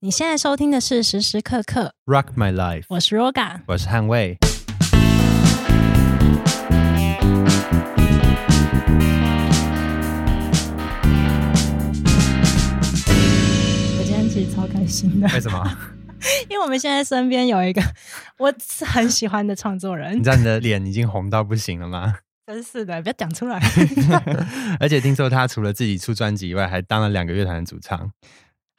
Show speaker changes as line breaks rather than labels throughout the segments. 你现在收听的是《时时刻刻》，
Rock My Life，
我是 Roga。
我是汉 卫。
我今天其实超开心的，
为什么？
因为我们现在身边有一个我很喜欢的创作人
你，知道你的脸已经红到不行 了吗？
真是的，不要讲出 来。
而且听说他除了自己出专辑以外，还当了两个乐团的主唱。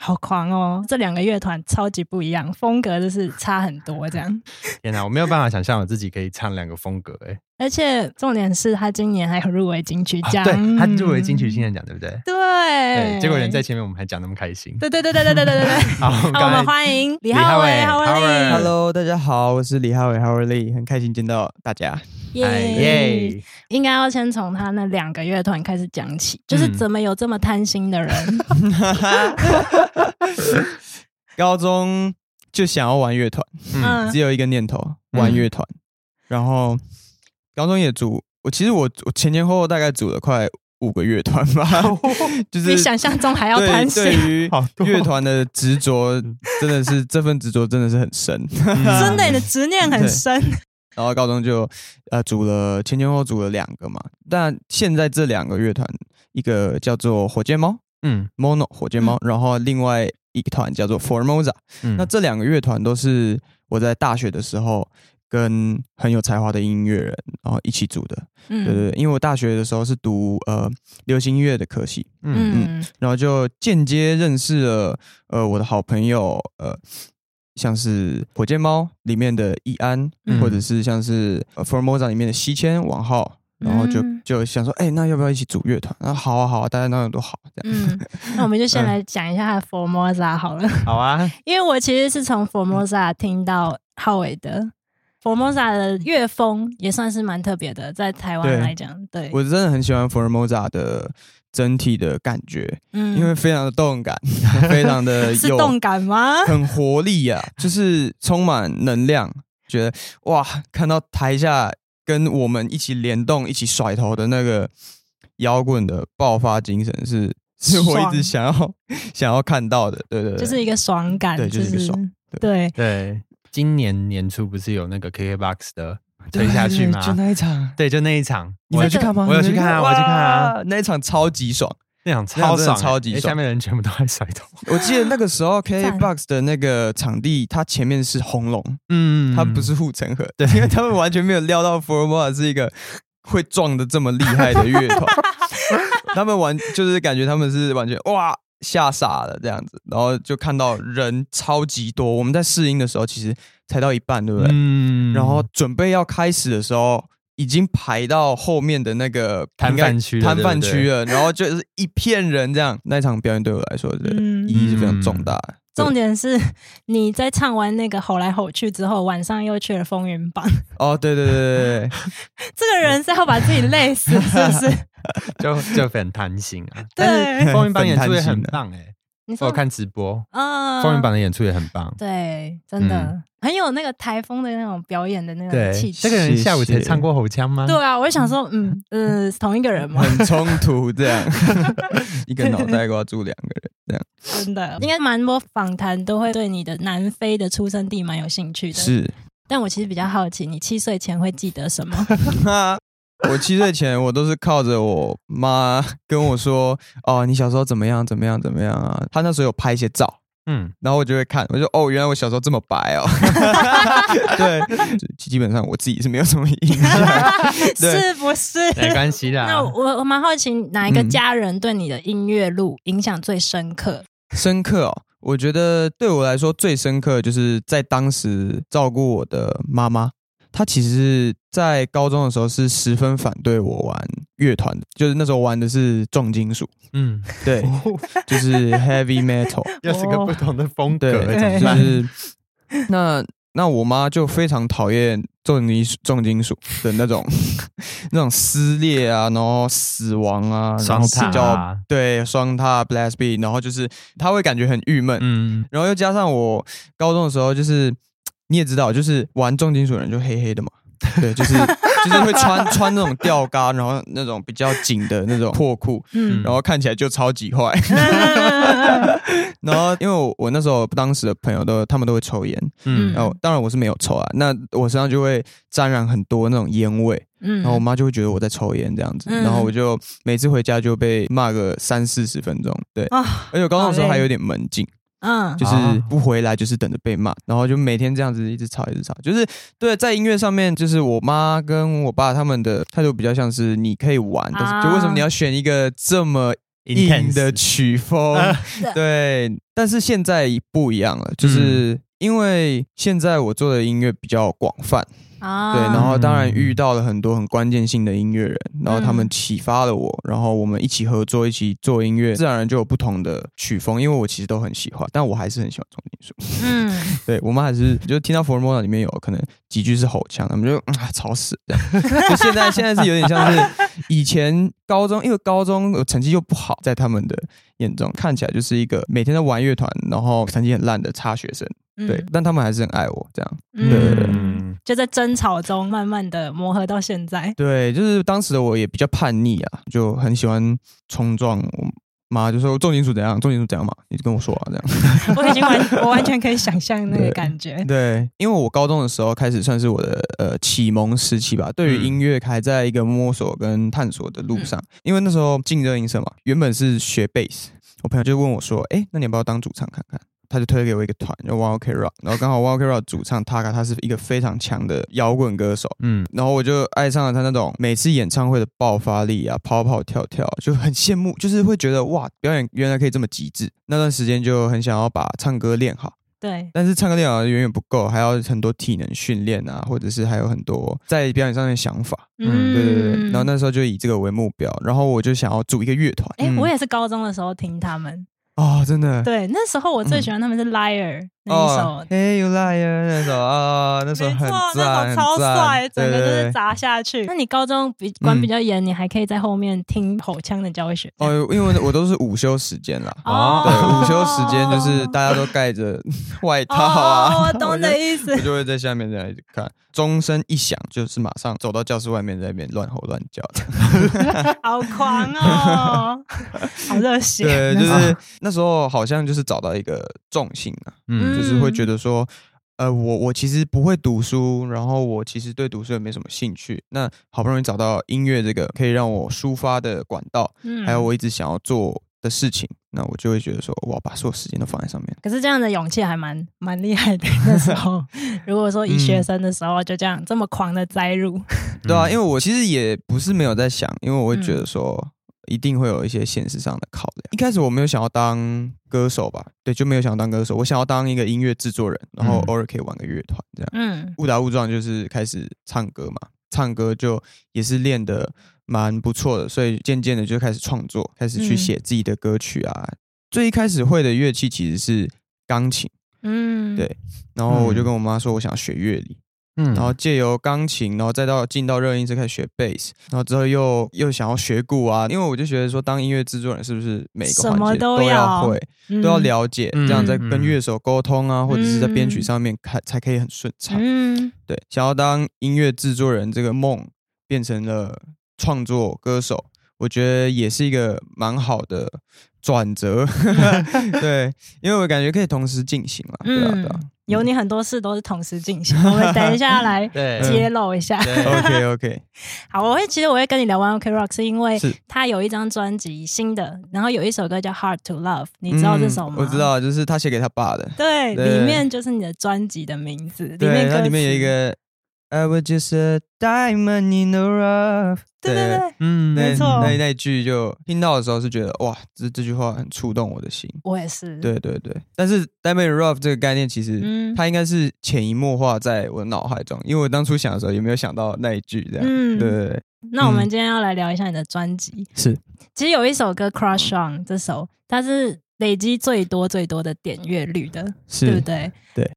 好狂哦！这两个乐团超级不一样，风格就是差很多这样。
天哪，我没有办法想象我自己可以唱两个风格哎、
而且重点是他今年还有入围金曲
啊
奖、
对他入围金曲新人奖，对不对？
对哎
对，结果人在前面，我们还讲那么开心。
对对对对对对对对对。
好，我们
好，我
刚
们
才
欢迎李
李
浩
浩
伟、
伟
浩
浩
伟
伟
力，
Hello，大家好，我是李浩伟 h o w 很开心见到大家。
哎
耶！
耶，
应该要先从他那两个乐团开始讲起，就是
嗯
怎么有这么贪心的 人？
高中就想要玩乐团，
嗯，
嗯
只有一个念头，
嗯
玩乐团。然后高中也组，我其实我我前前后后大概组了快五个乐团 吧，
嗯
嗯
就是
比想象中还要贪
对 对
心。
于
好多
乐团的执着，真的 是这份执着真的是很深。
真的，你的执念很深，
然后高中就呃组了前前后后组了两个嘛，但现在这两个乐团，一个叫做火箭猫
嗯
（Mono 火箭猫），然后另外一个团叫做 Formosa。
嗯，
那这两个乐团都是我在大学的时候跟很有才华的音乐人然后一起组的。对
嗯
对对，因为我大学的时候是读呃流行音乐的科系，
嗯
嗯
然后就间接认识了呃我的好朋友呃，像是火箭猫里面的易安，
嗯
或者是像是呃 Formosa 里面的西迁王浩，然后就、
嗯
就想说，哎、那要不要一起组乐团？啊，好啊好啊，大家那有多好这样。
嗯，那我们就 先来讲一下 Formosa 好了，
好啊，
因为我其实是从 Formosa 听到浩伟的 Formosa 的乐风也算是蛮特别的，在台湾
对
来讲，对，
我真的很喜欢 Formosa 的整体的感觉，
嗯
因为非常的动感，非常的
是
有
动感吗？
很活力啊，就是充满能量，觉得哇，看到台下跟我们一起联动、一起甩头的那个摇滚的爆发精神是，是我一
爽
直想要想要看到的， 对对对，
就是一个爽感，
对就是一个爽
对，
对，今年年初不是有那个 KKBOX 的推下去吗？
就那一场，
对，就那一场，
你
我
们有去看吗？
我有去看啊
哇
我有去看啊，
那一场超级爽。
那场超
那
爽欸，
场真的超级
欸
爽
下面的人全部都在甩头。
我记得那个时候
赞
KBox 的那个场地，它前面是红龙，
嗯
它不是护城河，对，因为他们完全没有料到 Formosa 是一个会撞的这么厉害的乐团，他们完就是感觉他们是完全哇吓傻了这样子，然后就看到人超级多，我们在试音的时候其实才到一半，对不对？
嗯
然后准备要开始的时候。已经排到后面的那个
摊贩区了
摊贩
对不对
区了，然后就是一片人这样。那一场表演对我来说，对，
嗯
意义是非常重大的。
重点是你在唱完那个吼来吼去之后，晚上又去了风云榜，
哦，对对对对对，
这个人是要把自己累死，
嗯
是不 是？
就就很贪心 啊。
对，
风云榜演出也很
很贪心啊
棒 嗯哎，
你
我
说
有看直播，
啊
风云榜的演出也很棒。
对，真的、
嗯
很有那个台风的那种表演的那种
对
气，质
这。个人
谢
下午才
谢
唱过吼腔吗？
对啊，我就想说，嗯呃，是同一个人嘛，
嗯
很冲突，这样一个脑袋瓜住两个人，这 样
真的，应该蛮多访谈都会对你的南非的出生地蛮有兴趣的。，
是。
但我其实比较好奇，你七岁前会记得什么？
那我七岁前，我都是靠着我妈跟我说：“哦，你小时候怎么样，怎么样，怎么样啊？”她那时候有拍一些照。
嗯，
然后我就会看，我就哦，原来我小时候这么白哦。对，基基本上我自己是没有什么印 象。对
是不是？
没关系 啦。
那我我蛮好奇，哪一个
啊嗯
家人对你的音乐路影响最深 刻？
深刻哦，我觉得对我来说最深刻就是在当时照顾我的妈妈，她其实在高中的时候是十分反对我玩乐团的，就是那时候玩的是重金属，
嗯，
对，就是 heavy metal，
又是个不同的风格，
对，
怎么
就
办？
是 那那我妈就非常讨厌重金属重金属的那种 那种撕裂啊，然后死亡啊，然
双
后
塔
比较
啊，
对双踏 blast beat，然后就是她会感觉很郁闷，
嗯，
然后又加上我高中的时候，就是你也知道，就是玩重金属的人就黑黑的嘛，对，就是就是会穿穿那种吊嘎，然后那种比较紧的那种破裤，
嗯，
然后看起来就超级坏。 然后因为我我那时候当时的朋友都他们都会抽烟，
嗯
然后当然我是没有抽啊，那我身上就会沾染很多那种烟味，
嗯
然后我妈就会觉得我在抽烟这样子，
嗯
然后我就每次回家就被骂个三四十分钟，对，
啊，
而且我高中的时候
好累
还有点门禁。
嗯
就是
啊
不回来就是等着被骂，然后就每天这样子一直吵一直吵。就是对，在音乐上面，就是我妈跟我爸他们的态度比较像是你可以玩，但
啊
是就为什么你要选一个这么硬
Intense
的曲风？ 对，但是现在不一样了，就是。因为现在我做的音乐比较广泛，
啊，
对，然后当然遇到了很多很关键性的音乐人，然后他们
嗯
启发了我，然后我们一起合作，一起做音乐，自然而然就有不同的曲风。因为我其实都很喜欢，但我还是很喜欢重金属。
嗯，
对我们还是就听到《Formula》里面有可能几句是吼腔，他们就、嗯、啊吵死这 样。就现在现在是有点像是以前高中，因为高中呃我成绩又不好，在他们的眼中看起来就是一个每天在玩乐团，然后成绩很烂的差学生。
嗯
对，，但他们还是很爱我这样。对对
嗯，就在争吵中慢慢的磨合到现在，
对，就是当时的我也比较叛逆啊，就很喜欢冲撞我。妈就说重金属怎样，重金属怎样嘛，你就跟我说啊这样。
我已经完，我完全可以想象那个感觉，
对，因为我高中的时候开始算是我的呃启蒙时期吧，对于
嗯
音乐还在一个摸索跟探索的路上。因为那时候进热音社嘛，原本是学贝斯，我朋友就问我说：“哎、那你要不要当主唱看看？”他就推给我一个团叫 One Ok Rock，然后刚好 One Ok Rock 主唱 Taka 他是一个非常强的摇滚歌手，
嗯，
然后我就爱上了他那种每次演唱会的爆发力啊，跑跑跳跳，就很羡慕，就是会觉得哇，表演原来可以这么极致。那段时间就很想要把唱歌练好。
对，
但是唱歌练好远远不够，还要很多体能训练啊，或者是还有很多在表演上面的想法。
嗯
对对对。然后？那时候就以这个为目标，然后我就想要组一个乐团。
哎，
嗯
我也是高中的时候听他们，
哦，真的。
对，那时候我最喜欢他们是 Liar 那一
嗯哦
首，
，Hey You Liar 那首啊，那首
没
很
错，那
赞，
首超
很赞
帅，整个就
对对
是
对
砸下去。那你高中比管比较严，你还可以在后面听吼腔的教学。
哦，因为我都是午休时间啦，
哦，
对，午休时间就是大家都盖 着外套啊，
哦，我懂你
就
的意思
我。就会在下面这样一直看，钟声一响，就是马上走到教室外面，在那边乱吼乱叫。
好狂 哦，好热血，嗯
对，就是那时候好像就是找到一个重心啊，
嗯
就是会觉得说，呃，我我其实不会读书，然后我其实对读书也没什么兴趣。那好不容易找到音乐这个可以让我抒发的管道，
嗯
还有。我一直想要做的事情，那我就会觉得说，我要把所有时间都放在上面。
可是这样的勇气还蛮蛮厉害的。那时 候，如果说以学生的时候就这样这么狂的栽入，
对啊，因为
为
我其实也不是没有在想，因为我会觉得说。一定会有一些现实上的考量。一开始我没有想要当歌手吧，对，就没有想要当歌手。我想要当一个音乐制作人，然后
嗯
偶尔可以玩个乐团这样。
嗯
误打误撞就是开始唱歌嘛，唱歌就也是练的蛮不错的，所以渐渐的就开始创作，开始去
嗯
写自己的歌曲啊。最一开始会的乐器其实是钢琴，
嗯，
对然后我就
嗯
跟我妈说我想学乐理，
嗯
然后借由钢琴，然后再到进到热音社开始学贝斯，然后之后又又想要学鼓啊，因为我就觉得说当音乐制作人是不是每个
什么
环节
都
都
要
要会，
嗯
都要，了解，
嗯
这样在跟
嗯
乐手沟通啊，或者是在编曲
嗯
上面看才可以很顺畅。
嗯
对，想要当音乐制作人这个梦变成了创作歌手，我觉得也是一个蛮好的 转折。对，因为我感觉可以同时进行了。对啊，对啊
嗯。，有你很多事都是同时进行，我们等一下 来
对嗯
揭露一下。
OK OK，
好，我会其实我会跟你聊 One Ok Rock 是因为
是
他有一张专辑新的，然后有一首歌叫 Hard to Love，你知道这首吗？
嗯我知。道，就是他写给他爸的。
对，
对
里面就是你的专辑的名字，里
对，
面歌
它里面有一
词，
个 I was just a diamond in the rough。
对对对，
嗯
那
没错
那那一句就听到的时候是觉得哇，这这句话很触动我的心。
我也是，
对对对，但是 diamond in the rough 这个概念其实
嗯
它应该是潜移默化在我脑海中，因为我当初想的时候也没有想到那一句这样。
嗯
对对对，
那我们
嗯
今天要来聊一下你的专辑。
是，
其实有一首歌《Crush On》这首，它是累积最多最多的点阅率的，
是
对不对？
对。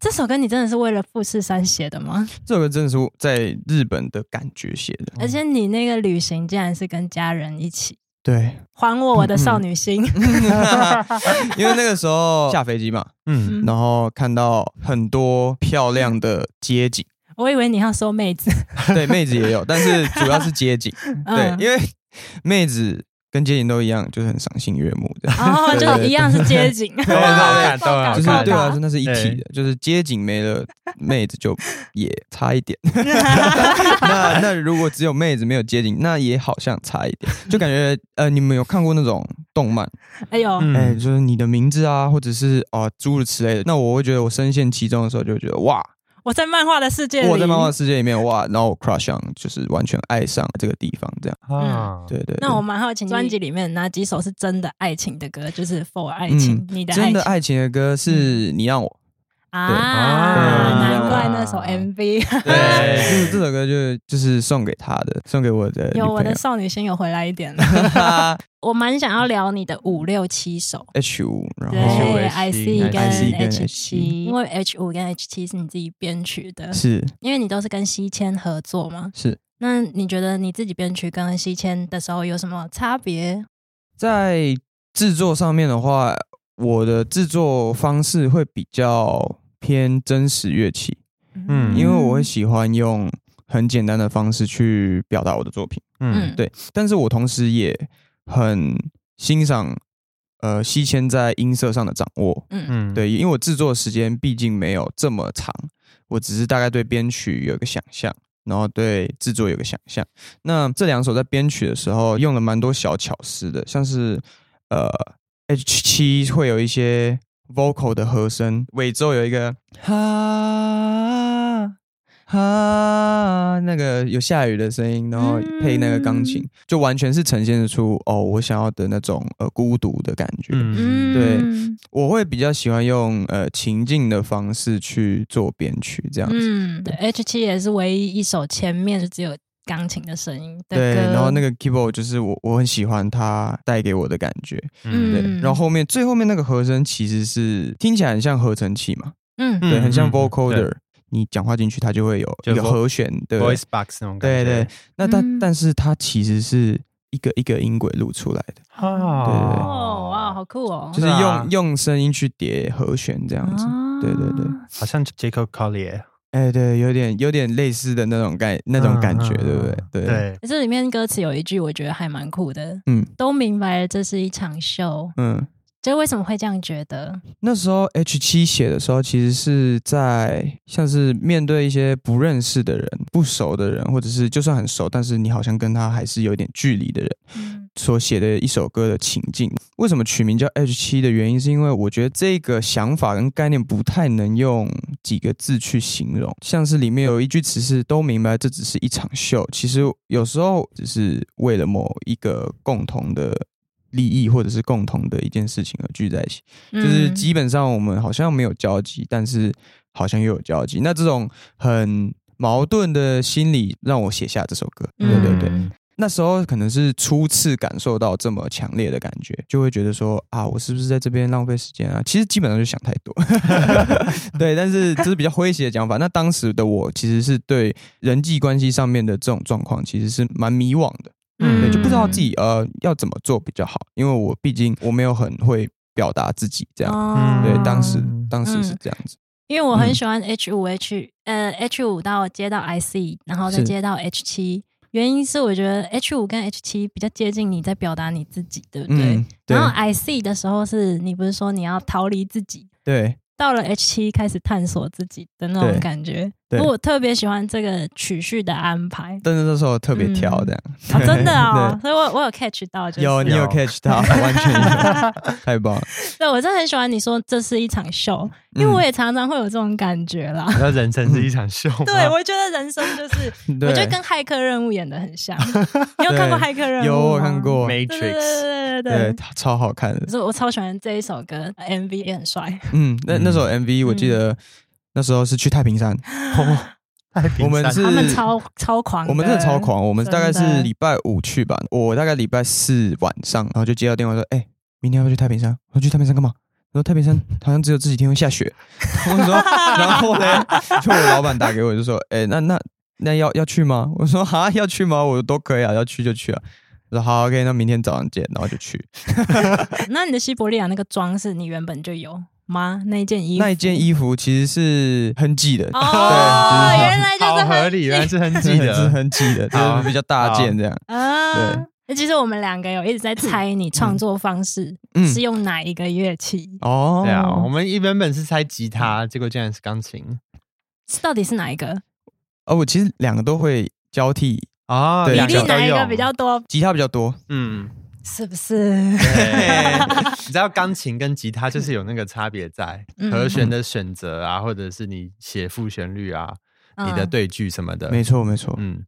这首歌你真的是为了富士山写的吗？
这首歌真的是我在日本的感觉写的。
而且你那个旅行竟然是跟家人一起，
对，
还我我的少女心。
嗯因为那个时候下飞机嘛，
嗯
嗯
然后看到很多漂亮的街景，
我以为你要说妹子，
对，妹子也有，但是主要是 街景。对，
嗯，
因为妹子跟街景都一样，就是很赏心悦目的。
然后哦就
对
是
对
一样是街 景，
都好看，都好
啊
就是
靠
看
对我来
吧
说，那是一体的，就是街景没了，妹子就也差一 点。那那如果只有妹子没有街景，那也好像差一点，就感觉呃，你们有看过那种动漫，
哎呦，
嗯
哎、就是你的名字啊，或者是啊诸如此类的，那我会觉得我深陷其中的时候，就会觉得哇，
我在漫画的世界里，
我在漫画世界里面哇，然后我 crush on 就是完全爱上这个地方，这样，
啊，
对对对
那我蛮好
嗯
奇，专辑里面哪几首是真的爱情的歌？就是 for 爱情，你的爱
嗯真
情
的爱情的歌是你 让我，
啊，
对
难怪
啊
那首 MV
对
就是这首歌就是就是送给他的，送给我的女
有我
朋友
的少女心有回来一点了。我蛮想要聊你的五六七首。
H 哦五，然后
对
I
，I
C
C 跟
I C 跟
H 七，
H7
因为 H 五跟 H 七是你自己编曲的，
是
因为你都是跟西迁合作嘛。
是
那你觉得你自己编曲跟西迁的时候有什么差别？
在制作上面的话，我的制作方式会比较偏真实乐器，
嗯
因为我会喜欢用很简单的方式去表达我的作品，
嗯
嗯
对，但是我同时也很欣赏呃西迁在音色上的掌握，
嗯
嗯，
对，因为我制作时间毕竟没有这么长，我只是大概对编曲有一个想象，然后对制作有个想象。那这两首在编曲的时候用了蛮多小巧思的，像是呃 H 七会有一些 vocal 的和声，尾奏有一个哈。哈，那个有下雨的声音，然后配那个钢琴，就完全是呈现得出哦，我想要的那种呃孤独的感觉。
嗯
嗯，对，
我会比较喜欢用呃情境的方式去做编曲，这样子。
嗯，对，H 七也是唯一一首前面就只有钢琴的声音的
对，
歌，
然后那个 keyboard 就是我我很喜欢它带给我的感觉，对。
嗯
然后后面最后面那个和声其实是听起来很像合成器嘛，
嗯
嗯
对，很像
嗯
vocoder，、
对
你讲话进去它就会有
就
一个
vo-
和弦的。
voice box 那种感觉，
对对，那它、
嗯
但是它其实是一个一个音轨录出来的，
啊
对
哦，哇，好酷哦，
就是
是
用、
啊
用声音去叠和弦这样子。
啊
对对对
好像 Jacob Collier
哎、对，有点有点类似的那种概那种感觉，对不对？
嗯
对
对，
这里面歌词有一句我觉得还蛮酷的，
嗯
都明白了这是一场秀，
嗯。
就为什么会这样觉得？
那时候 H 七写的时候，其实是在像是面对一些不认识的人、不熟的人，或者是就算很熟，但是你好像跟他还是有点距离的人
嗯
所写的一首歌的情境。为什么取名叫 H 七的原因，是因为我觉得这个想法跟概念不太能用几个字去形容。像是里面有一句词是“都明白这只是一场秀”，其实有时候只是为了某一个共同的利益，或者是共同的一件事情而聚在一起。
嗯
就是基本上我们好像没有交集，但是好像又有交集。那这种很矛盾的心理让我写下这首歌。
嗯
对对对，
嗯
那时候可能是初次感受到这么强烈的感觉，就会觉得说啊，我是不是在这边浪费时间啊？其实基本上就想太多。 对，但是这是比较诙谐的讲法。那当时的我其实是对人际关系上面的这种状况其实是蛮迷惘的。
嗯
对，就不知道自
己
己呃要怎么做比较好，因为我毕竟我没有很会表达自己这样。
哦
啊对，当时
嗯
当时是这样子，
因为我很
嗯
喜欢 H 五 H 呃 H 五到接到 I C，然后再
是
接到 H 七，原因是我觉得 H 五跟 H 七比较接近你在表达你自己，对不对？
嗯，对
然后 I C 的时候是你不是说你要逃离自己，
对，
到了 H 七开始探索自己的那种
对
感觉。
对
我特别喜欢这个曲序的安排，
但是那时候特别挑
嗯
这样，
啊、 真的哦，所以我我有 catch 到，就是
有你有
有
catch 到，完全有，太棒了，
对我真的很喜欢你说这是一场秀， 因为
嗯
我也常常会有这种感觉啦。
那人生是一场秀吗，
啊
对，我觉得人生就是，
嗯对
我觉得跟骇客任务演的很 像。你有看过骇客任务吗？
有我看过，
对。对
Matrix，
对对对
对
对，。
超好看的
可，是我超喜欢这一首歌，MV 也很帅。
嗯，那那时候 MV 我记
嗯
得那时候是去太 平山，
哦太平
我们
山
是
他们超超狂，
我们真的超。狂，我们大概
真的
是礼拜五去吧，我大概礼拜四晚上，然后就接到电话说，哎、明天要不要去太平山？我说去太平山干嘛？然后太平山好像只有这几天会下雪， 我说，然后呢，就我老板打给我就说，哎、那那那要要去吗？我说哈，要去吗？我都可以啊，要去就去啊。我说好，OK，那明天早上见，然后就去。
那你的西伯利亚那个妆是你原本就有，吗？那一件衣服？
那一件衣服其实是亨记的，
哦，
对
原来就是
好合
很
理，原来是很记
记 得是
得。
亨记的，就
好
是比较大件这样。
啊。那其实我们两个有一直在猜你创作方式
嗯
是用哪一个乐器，
哦，
对啊，我们一原本是猜吉他，结果竟然是钢琴
是到底是哪一个？
哦，我其实两个都会交替，
哦，
对
比
两
例
个都
哪一个
用
比较？多？
吉他比较多。
嗯，
是不是？
对， 你知道钢琴跟吉他就是有那个差别在
嗯
和弦的选择啊，或者是你写副旋律啊，你的
嗯
对句什么的。
没错，没错。
嗯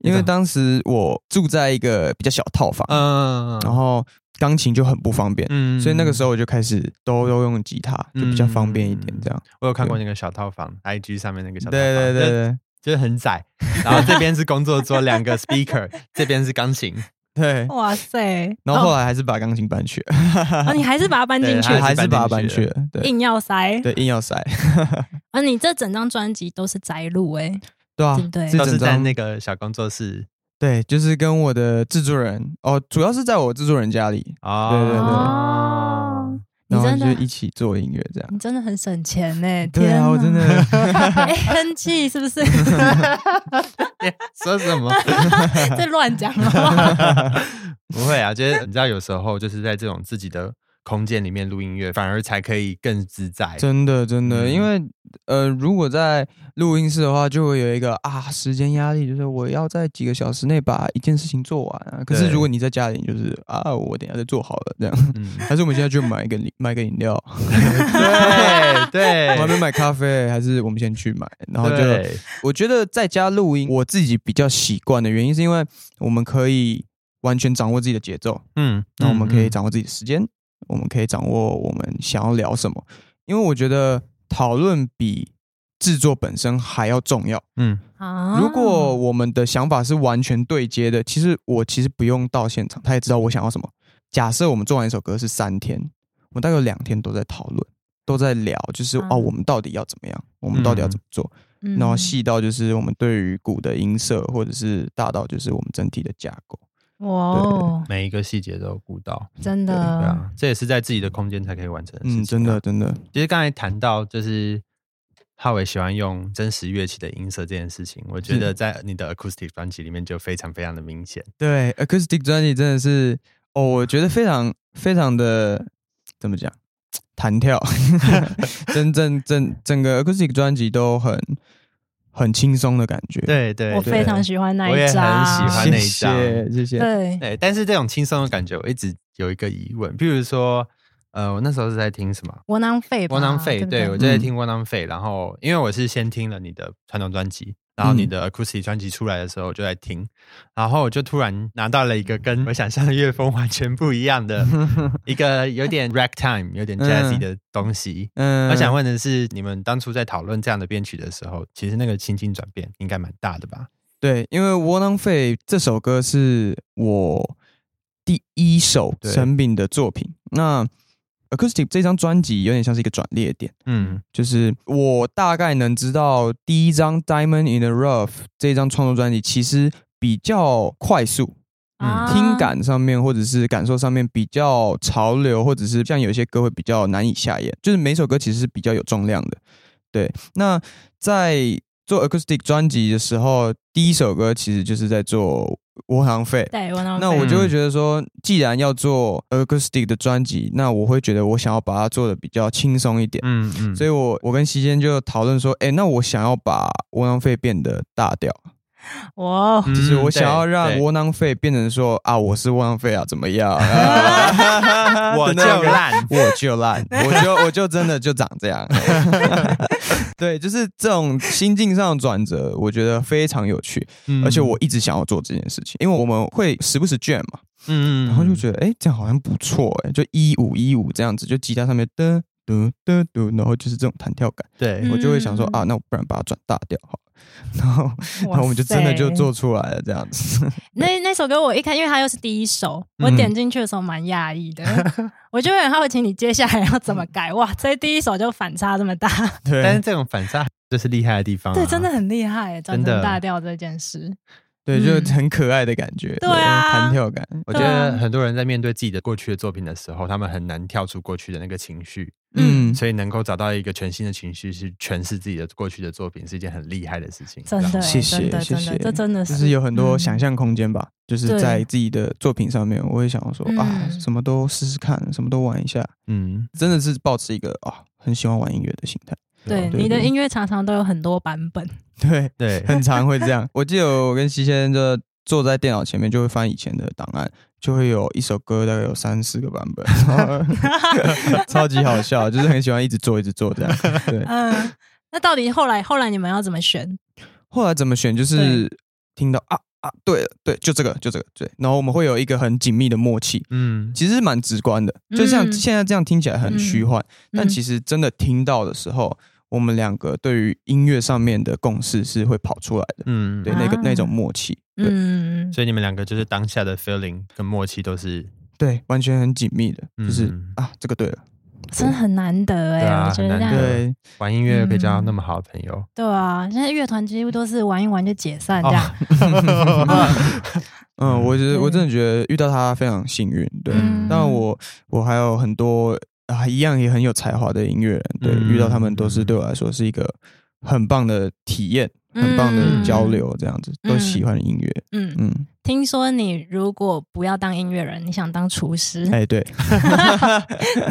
因为当时我住在一个比较小套房，
嗯
然后钢琴就很不方便，
嗯
所以那个时候我就开始都都用吉他，就比较方便一点。这样，
我有看过那个小套房，IG 上面那个嗯小套房，
嗯对对对对
就，就是很窄，然后这边是工作桌，两 个 speaker，这边是钢琴，
对。
哇塞！
然后后
哦
来还是把钢琴搬去了，
哦你还是把它搬进
对
去，
还
对，
是
还是把它
搬
搬
进去
去了，对
硬要塞。
对，硬要塞，
而你这整张专辑都是摘录哎，
对啊
对，对
这
都是
整
在
张
那个小工作室
对，就是跟我的制作人哦，主要是在我制作人家里，
哦
对对对
哦你
然后
真
就
的
一起做音乐这样。
你真的很省钱呢，
对
天
啊，
哪
我真的
哎，很气是不 是？
说什么？
在乱讲 话。
不会啊，就是你知道，有时候就是在这种自己的空间里面录音乐，反而才可以更自在。
真的真的，
嗯
因为呃，如果在录音室的话，就会有一个啊时间压力，就是我要在几个小时内把一件事情做完啊。可是
对
如果你在家里，你就是啊，我等一下再做好了这样。
嗯，
还是我们现在就买一个 买个饮料，
对 对，
我还没买咖啡，还是我们先去买，然后就
对
我觉得在家录音，我自己比较习惯的原因，是因为我们可以完全掌握自己的节奏，
嗯，
那我们可以
嗯
掌握自己的时间，我们可以掌握我们想要聊什么。因为我觉得讨论比制作本身还要重要。
嗯
啊
如果我们的想法是完全对接的，其实我其实不用到现场，他也知道我想要什么。假设我们做完一首歌是三天，我大概有两天都在讨论，都在聊，就是
啊
哦，我们到底要怎么样，我们到底要怎么做。
嗯
然后细到就是我们对于鼓的音色，或者是大到就是我们整体的架构。
哇哦，
每一个细节都有顾到，
真
对
对
的
啊，这也是在自己的空间才可以完成的事情啊。
嗯，真的真的，
其实刚才谈到就是浩伟喜欢用真实乐器的音色这件事情，我觉
是
得在你的 acoustic 专辑里面就非常非常的明显。
对，acoustic 专辑真的是哦，我觉得非常非常的怎么讲，弹跳，真正整整个 acoustic 专辑都很很轻松的感觉。，
对对
我非常喜欢那
我也
一
很
张，
喜欢那
谢
一张
谢谢谢。
对，
对，但是这种轻松的感觉，我一直有一个疑问，譬如说，呃，我那时候是在听什么？
窝囊废吧，
窝囊废，
不
对我就
嗯
在听窝囊废，然后因为我是先听了你的传统专辑，然后
嗯
你的 acoustic 专辑出来的时候我就在听，然后我就突然拿到了一个跟我想象的乐风完全不一样 的一个有点 ragtime、有点 jazzy
嗯
的东西。
嗯，
我想问的是，你们当初在讨论这样的编曲的时候，其实那个心境转变应该蛮大的吧？
对，因为《窝囊废》这首歌是我第一首
对
成品的作品。那 Acoustic 这张专辑有点像是一个转捩点，
嗯
就是我大概能知道第一张《Diamond in the Rough》这张创作专辑其实比较快速，
啊
听感上面或者是感受上面比较潮流，或者是像有些歌会比较难以下咽，就是每首歌其实是比较有重量的。对，那在做 acoustic 专辑的时候，第一首歌其实就是在做窝囊废。
对窝囊废，
那我就会觉得说，既然要做 acoustic 的专辑，那我会觉得我想要把它做的比较轻松一点。
嗯嗯，
所以我我跟席间就讨论说，哎、那我想要把窝囊废变得大调，
哇
嗯
就是我想要
对
让
对
窝囊废变成说啊，我是窝囊废啊，怎么样？。
我就烂
我就烂， 我就我就真的就长这样。对，就是这种心境上的转折，我觉得非常有趣，
嗯
而且我一直想要做这件事情，因为我们会时不时卷嘛，
嗯，嗯
然后就
得
觉得哎、诶这样好像不错哎、诶就一五一五这样子，就吉他上面噔噔噔噔，然后就是这种弹跳感。
对，
我就会想说
嗯
啊，那我不然把它转大调好了，然后然后我们就真的就做出来了这样 子。
那那首歌我一看，因为它又是第一首，
嗯
我点进去的时候蛮讶异的， 我就会很好奇你接下来要怎么改哇！这第一首就反差这么大，
但是
对
这种反差就是厉害的地方啊，
对，真的很厉害，转
真的
成大调这件事，
对，
嗯
就很可爱的感觉，
对啊
弹跳感。
我觉
对啊
得很多人在面对自己的过去的作品的时候，他们很难跳出过去的那个情绪，
嗯
所以能够找到一个全新的情绪去诠释自己的过去的作品，是一件很厉害的事情。
真
这
的，
样
谢谢
真的，
谢
真
谢
的，这真的嗯
就是有很多想
象。
象空间吧，就是
对
在自己的作品上面，我会想要说啊，
嗯
什么都试试看，什么都玩一下，
嗯，
真的是保持一个啊，很喜欢玩音乐的心态。
对，
对
你的
对
音乐常常都有很多版本。
对，
对，
很常会这样。我记得我跟西先就坐在电脑前面，就会翻以前的档案，就会有一首歌大概有三四个版本， 超级好笑，就是很喜欢一直做一直做这样。对，
嗯，那到底后来后来你们要怎么选？
后来怎么选就是听到啊啊，对了对，就这个就这个对，然后我们会有一个很紧密的默契。
嗯，
其实蛮直观的，就像
嗯
现在这样听起来很虚幻，但
嗯
其实真的听到的时候，我们两个对于音乐上面的共识是会跑出来的，
嗯，
对那个
啊
那种默契，对
嗯，
所以你们两个就是当下的 feeling 跟默契都是，
对，完全很紧密的，
嗯
就是啊，这个对了，
真的很难得
对
哎，
啊
我觉得这
很难
样
得
对，
玩音乐可以交到那
嗯
么好的朋友，
对啊，现在乐团几乎都是玩一玩就解散
哦
这样。
嗯，我觉得
对
我真的觉得遇到他非常幸运，对
嗯。
但我我还有很多啊，一样也很有才华的音乐人，对，
嗯
遇到他们都是对我来说是一个很棒的体验，很棒的
嗯
交流，这样子都喜欢音乐，
嗯，
嗯，
听说你如果不要当音乐人，你想当厨师，
哎，对，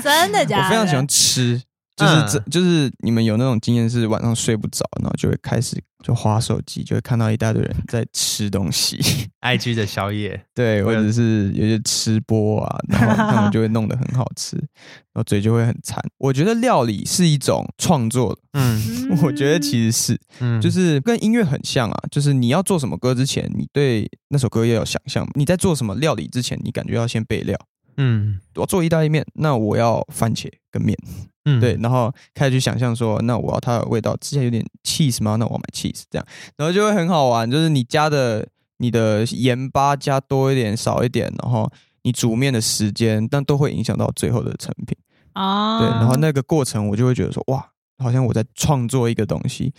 真的假的？
哎我非常喜欢吃。就是
嗯
这，就是你们有那种经验，是晚上睡不着，然后就会开始就划手机，就会看到一大堆人在吃东西。
IG 的宵夜，
对，
我
或
有
者是有些吃播啊，然后他们就会弄得很好吃，然后嘴就会很馋。我觉得料理是一种创作，
嗯
嗯。
我觉得其实是，
嗯，
就是跟音乐很像啊，就是你要做什么歌之前，你对那首歌要有想象；你在做什么料理之前，你感觉要先备料。
嗯
我要做意大利面，那我要番茄跟面，
嗯
对，，然后开始去想象说，那我要它的味道，之前有点 cheese 吗？那我要买 cheese 这样，然后就会很好玩，就是你加的你的盐巴加多一点，少一点，然后你煮面的时间，但都会影响到最后的成品。
嗯
啊，
对，然后那个过程我就会觉得说，哇，好像我在创作一个东西。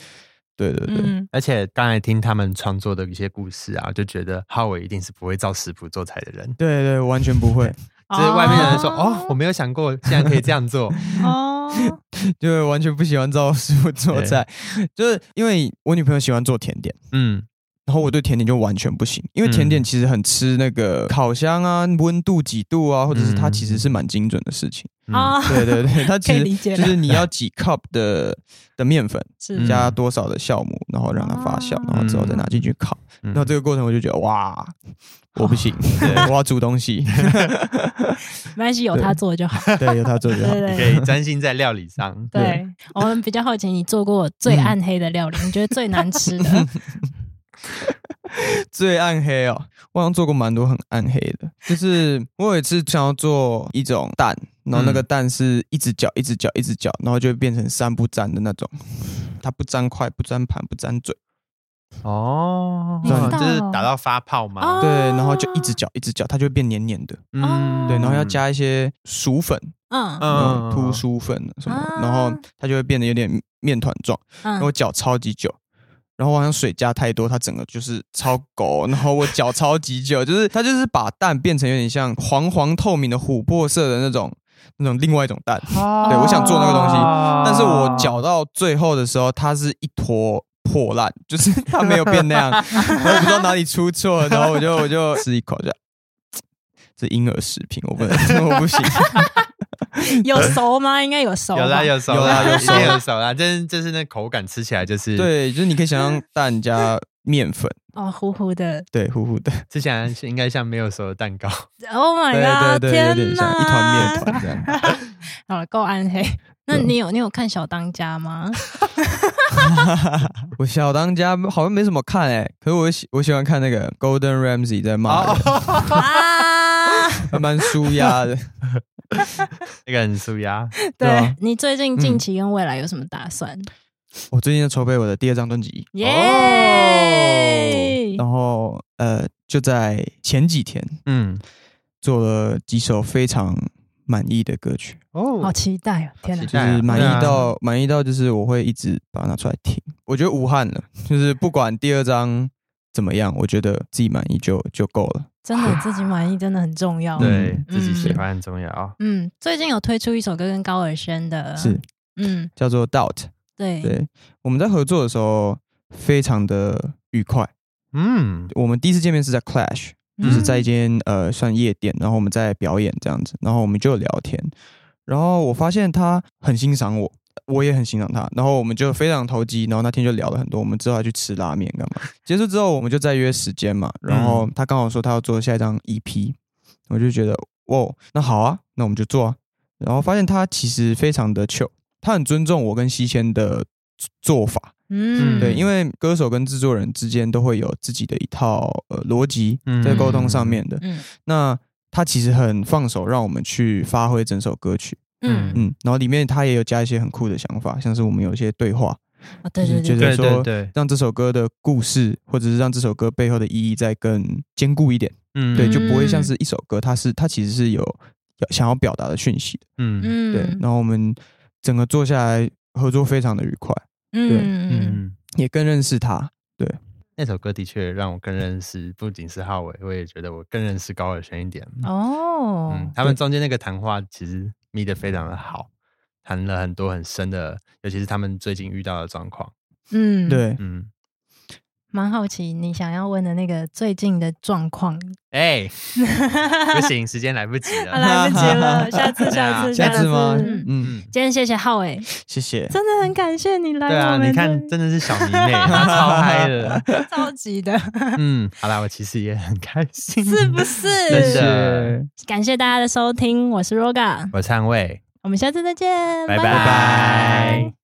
对对对，
嗯，
而且刚才听他们创作的一些故事啊，就觉得浩伟一定是不会照食谱做菜的人。
对对，完全 不会，
只是外面的人说：“哦，我没有想过现在可以这样做。
哦，
就是完全不喜欢照师傅做
对
菜，就是因为我女朋友喜欢做甜点。”
嗯
然后我对甜点就完全不行，因为甜点
嗯
其实很吃那个烤箱啊、温度几度啊，或者是它其实是蛮精准的事情。
啊
嗯，
对对对，它其
可以
实
理解
就
了，
是你要几 cup 的的面粉，
是
加多少的酵母，然后让它发酵，然后之后再拿进去烤。
嗯
那这个过程我就觉得哇，我不行， 对，我要煮东西。
没关系，有他做就好。
对，由啊他做就好
对。对
可
对
以专心在料理 上。
对，我们比较好奇你做过最暗黑的料理，你觉得最难吃的？
最暗黑哦，我好像做过蛮多很暗黑的，就是我有一次想要做一种蛋，然后那个蛋是一直搅、一直搅、一直搅，然后就会变成三不沾的那种，它不沾筷、不沾盘、不沾嘴，
哦，
你知道
就是打到发泡嘛。
哦
对，然后就一直搅、一直搅，它就会变黏黏的，
哦
嗯，
对，然后要加一些薯粉，
嗯
嗯，
嗯
吐薯粉什么
啊，
然后它就会变得有点面团状，然
嗯
后我搅超级久。然后我好像水加太多，它整个就是超狗，然后我搅超级久，就是它就是把蛋变成有点像黄黄透明的琥珀色的那种那种另外一种蛋，
嗯
对我想做那个东西
哦
啊
但是我搅到最后的时候，它是一坨破烂，就是 它没有变那样，我也不知道哪里出错了，然后我就 我就吃一口这样，这婴儿食品，我不 能，我不行，
有熟吗？应该有熟吧。
有啦有熟
呃有啦有
一定
熟
有熟啦，真就是那口感吃起来就是，
对，就是你可以想象蛋加面粉，
哦，糊糊的。
对，糊糊的。
吃起来是应该像没有熟的蛋糕。
Oh my
对
god！
对对，有
天
点像
哪
一团面。团这样。
好了，够暗黑。那你有你有看小当家 吗？
我小当家好像没什么看哎、可是我喜我喜欢看那个 Golden Ramsy 在骂人，
啊，
还蛮舒压的。
那个很酥呀，
对啊
对你最近
嗯哦
近期跟未来有什么打算？
我最近在筹备我的第二张专辑，
耶！
然后呃就在前几天
嗯，
做了几首非常满意的歌曲，
好
哦，
期待哦！天哪
好期，
就
待啊
是满
对啊
意到满意到就是我会一直把它拿出来听。我觉得无憾了，就是不管第二张怎么样，我觉得自己满意就就够了。
真的自己满意真的很重要。
对自己喜
哦嗯
欢很重要。啊
嗯，最近有推出一首歌跟高尔宣的，
是
嗯，
叫做 Doubt。
对，
对，我们在合作的时候非常的愉快。
嗯，
我们第一次见面是在 Clash，
嗯
就是在一间呃算夜店，然后我们在表演这样子，然后我们就有聊天，然后我发现他很欣赏我，我也很欣赏他，然后我们就非常投机，然后那天就聊了很多，我们之后还去吃拉面干嘛？ 结束之后我们就再约时间嘛，然后他刚好说他要做下一张 EP，我就觉得哇，那好啊，那我们就做啊，然后发现他其实非常的 chill，他很尊重我跟西迁的做法，
嗯，
对，
嗯
因为歌手跟制作人之间都会有自己的一套呃逻辑
嗯
在沟通上面的。
嗯
那他其实很放手，让我们去发挥整首歌曲。
嗯，
嗯，然后里面他也有加一些很酷的想法，像是我们有一些对话，
哦对对
就是觉
对
得，
对对
说
对，
让这首歌的故事，或者是让这首歌背后的意义再更坚固一点。
嗯
对，就不会像
嗯
是一首歌，它是它其实是有要想要表达的讯息的。
嗯
嗯，
对，然后我们整个做下来合作非常的愉快，对
嗯嗯
嗯，
也更认识他。
那首歌的确让我更认识，不仅是浩伟，我也觉得我更认识高尔宣一点。
哦
嗯，，他们中间那个谈话其实密得非常的好，谈了很多很深的，尤其是他们最近遇到的状况。
嗯，，
对，
嗯，
蛮好奇你想要问的那个最近的状 况，
哎、不行，时间来不及
啊
了。
来不及了，下次下次
下次吗？
嗯
嗯，
嗯，
今天谢谢浩伟，
谢谢。
真的很感谢你来
对
我
啊，
们
你看，真的是小迷 妹，她超嗨的。
着急 的，
嗯，好啦，我其实也很开心。
是不
真
是？
的
谢
感谢大家的收听，我是 Roga，
我是捍卫，
我们下次再见，
拜
拜
拜